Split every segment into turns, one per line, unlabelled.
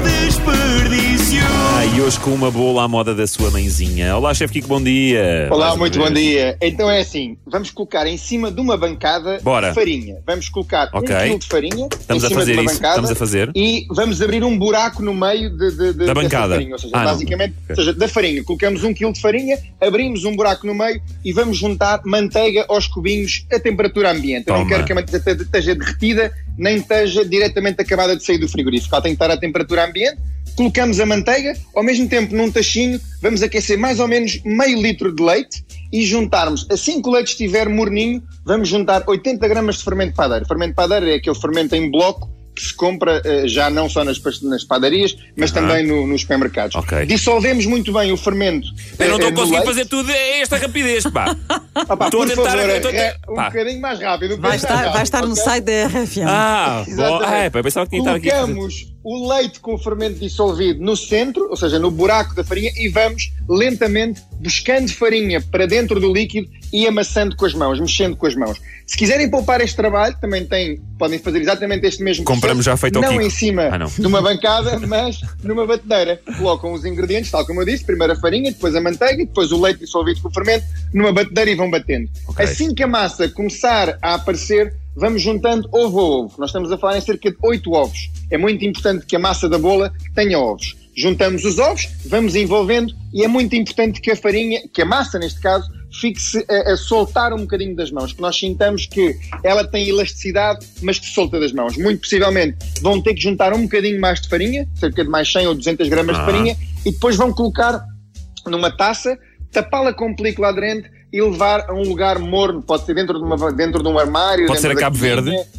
desperdício.
Ah, e hoje com uma bola à moda da sua mãezinha. Olá, Chefe Kiko, bom dia.
Olá,
Mais uma
muito
vez.
bom dia. Então é assim, vamos colocar em cima de uma bancada
Bora.
farinha. Vamos colocar
Ok.
um quilo de farinha
Estamos
em
a
cima
fazer
de uma
isso,
bancada
estamos a fazer.
e vamos abrir um buraco no meio de, de- de- dessa
bancada.
farinha. Ou seja,
Ah, não.
basicamente,
Ok.
ou seja, da farinha. Colocamos um quilo de farinha, abrimos um buraco no meio e vamos juntar manteiga aos cubinhos a temperatura ambiente. Eu
Toma.
não quero é que a manteiga te- esteja derretida nem esteja diretamente acabada de sair do frigorífico. Ela tem que estar à temperatura ambiente. Colocamos a manteiga, ao mesmo tempo num tachinho, vamos aquecer mais ou menos meio litro de leite e juntarmos, assim que o leite estiver morninho, vamos juntar 80 gramas de fermento padeiro. Fermento padeiro é aquele fermento em bloco que se compra eh, já não só nas, pas- nas padarias, mas também no- nos supermercados.
Ok.
Dissolvemos muito bem o fermento.
Eu não
eh,
estou
no
conseguindo
leite.
fazer tudo a esta rapidez, pá.
Ah, pá,
estou a
por
tentar-
favor,
eu estou a Tá. te-
eh, um
pá.
bocadinho mais rápido. um bocadinho
Vai
mais
estar, vai
rápido,
estar no
ok?
site da RFM.
Ah, bom.
Exatamente.
Ah, é, pá, pensava que tinha que estar aqui. a fazer-
Colocamos o leite com o fermento dissolvido no centro, ou seja, no buraco da farinha, e vamos lentamente buscando farinha para dentro do líquido e amassando com as mãos, mexendo com as mãos. Se quiserem poupar este trabalho, também têm, podem fazer exatamente este mesmo
Compramos
processo,
já feito ao
Não
Kiko.
em cima
Ah, não.
de uma bancada, mas numa batedeira. Colocam os ingredientes, tal como eu disse, primeiro a farinha, depois a manteiga, depois o leite dissolvido com o fermento, numa batedeira e vão batendo.
Ok.
Assim que a massa começar a aparecer, vamos juntando ovo a ovo. Nós estamos a falar em cerca de 8 ovos. É muito importante que a massa da bola tenha ovos. Juntamos os ovos, vamos envolvendo e é muito importante que a farinha, que a massa neste caso, fique-se a, a soltar um bocadinho das mãos, que nós sintamos que ela tem elasticidade, mas que solta das mãos. Muito possivelmente vão ter que juntar um bocadinho mais de farinha, cerca de mais 100 ou 200 gramas
Ah.
de farinha, e depois vão colocar numa taça, tapá-la com um película aderente e levar a um lugar morno. Pode ser dentro de, uma, dentro de um armário.
Pode
dentro
ser a
da
Cabo
cozinha.
Verde?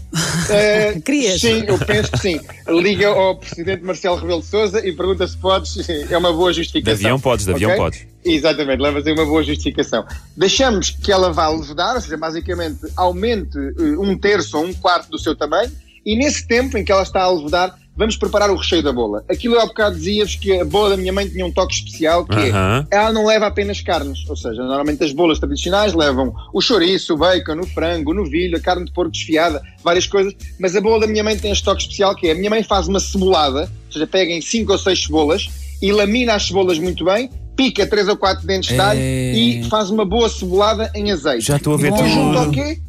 Eh,
Querias?
sim, eu penso que sim. Liga ao presidente Marcelo Rebelo de Souza e pergunta se podes. É uma boa
De
justificação.
avião podes, de avião
ok?
podes.
Exatamente, leva aí uma boa justificação. Deixamos que ela vá levedar, ou seja, basicamente aumente eh, um terço ou um quarto do seu tamanho, e nesse tempo em que ela está a levedar, vamos preparar o recheio da bola. Aquilo eu há bocado dizia-vos que a bola da minha mãe tinha um toque especial, que é,
Aham.
ela não leva apenas carnes, ou seja, normalmente as bolas tradicionais levam o chouriço, o bacon, o frango, o novilho, a carne de porco desfiada, várias coisas, mas a bola da minha mãe tem este toque especial que é, a minha mãe faz uma cebolada, ou seja, pega em 5 ou 6 cebolas e lamina as cebolas muito bem, pica 3 ou 4 dentes de alho e faz uma boa cebolada em azeite.
É. Já estou a ver
E depois junto ao
tudo.
quê?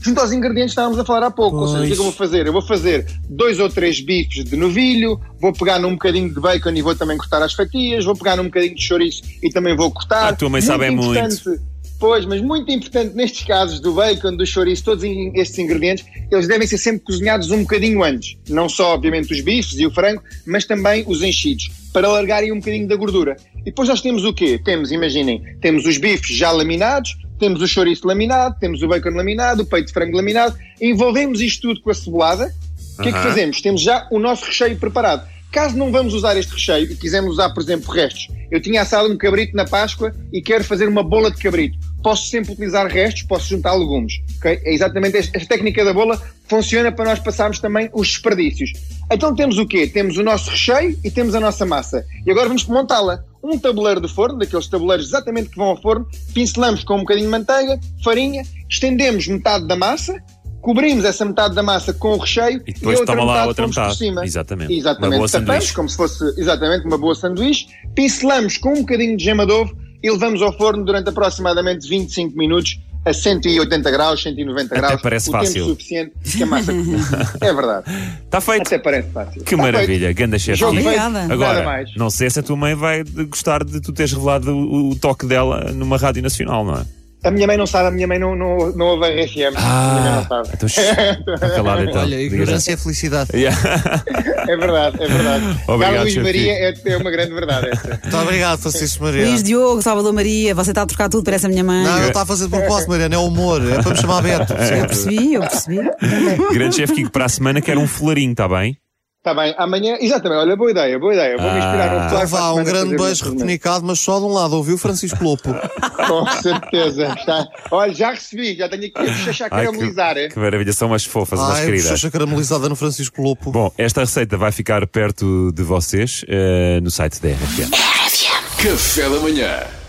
Junto aos ingredientes que estávamos a falar há pouco. Ou seja, o que é que eu vou fazer? Eu vou fazer dois ou três bifes de novilho, vou pegar num bocadinho de bacon e vou também cortar as fatias, vou pegar num bocadinho de chouriço e também vou cortar.
A tua mãe sabe é muito.
importante- Pois, mas muito importante nestes casos do bacon, do chouriço, todos in- estes ingredientes, eles devem ser sempre cozinhados um bocadinho antes. Não só, obviamente, os bifes e o frango, mas também os enchidos, para largarem um bocadinho da gordura. E depois nós temos o quê? Temos, imaginem, temos os bifes já laminados, temos o chouriço laminado, temos o bacon laminado, o peito de frango laminado, envolvemos isto tudo com a cebolada. O que é que
Aham.
fazemos? Temos já o nosso recheio preparado. Caso não vamos usar este recheio e quisermos usar, por exemplo, restos, eu tinha assado um cabrito na Páscoa e quero fazer uma bola de cabrito. Posso sempre utilizar restos, posso juntar legumes. ok? É exatamente esta a técnica da bola funciona para nós passarmos também os desperdícios. Então temos o quê? Temos o nosso recheio e temos a nossa massa. E agora vamos montá-la. Um tabuleiro de forno, daqueles tabuleiros exatamente que vão ao forno, pincelamos com um bocadinho de manteiga, farinha, estendemos metade da massa, cobrimos essa metade da massa com o recheio
E depois
a outra
toma lá a
metade
outra
pomos
metade.
por cima.
Exatamente. Uma
Exatamente.
boa
Tapamos
sanduíche.
como se fosse exatamente uma boa sanduíche, pincelamos com um bocadinho de gema de ovo e levamos ao forno durante aproximadamente 25 minutos a 180 graus, 190
Até
graus.
parece
o
fácil.
tempo suficiente que a massa cozinha. É verdade.
Está Tá feito.
Até parece fácil.
Que
Tá
maravilha, ganda chefe.
Jogo
Kiko.
feito, nada
Agora,
mais.
não sei se a tua mãe vai de- gostar de tu teres revelado o, o toque dela numa rádio nacional, não é?
feito. A minha mãe não sabe, a minha mãe não, não, não ouve a RFM. a minha mãe não sabe.
então, shh, tá calado, então.
Olha,
Diga já.
ignorância é felicidade.
Yeah.
É verdade, é verdade.
Obrigado,
Carlos
chefe.
Maria é, é uma grande verdade essa.
Muito Tá, obrigado, Francisco Maria.
Luís Diogo, Salvador Maria, você está a trocar tudo, parece a minha mãe.
Não, não está a fazer de propósito, Mariana, é humor, é para me chamar Beto.
Eu percebi, eu percebi.
Grande chefe Kiko, para a semana quero um folarinho, está bem?
Está bem, amanhã. Exatamente, olha, boa ideia, boa ideia. Vou me inspirar no Flávio
Então
para a
vá, um
semana
grande
fazer
beijo
um experimento.
recomunicado, mas só de um lado, ouviu Francisco Lopo?
Com certeza. Está. Olha, já recebi, já tenho aqui a bochecha a
Ai,
caramelizar.
que,
é?
que maravilha, são umas fofas, umas
Ai,
queridas.
bochecha caramelizada no Francisco Lopo.
Bom, esta receita vai ficar perto de vocês eh, no site da RFM.
Café da Manhã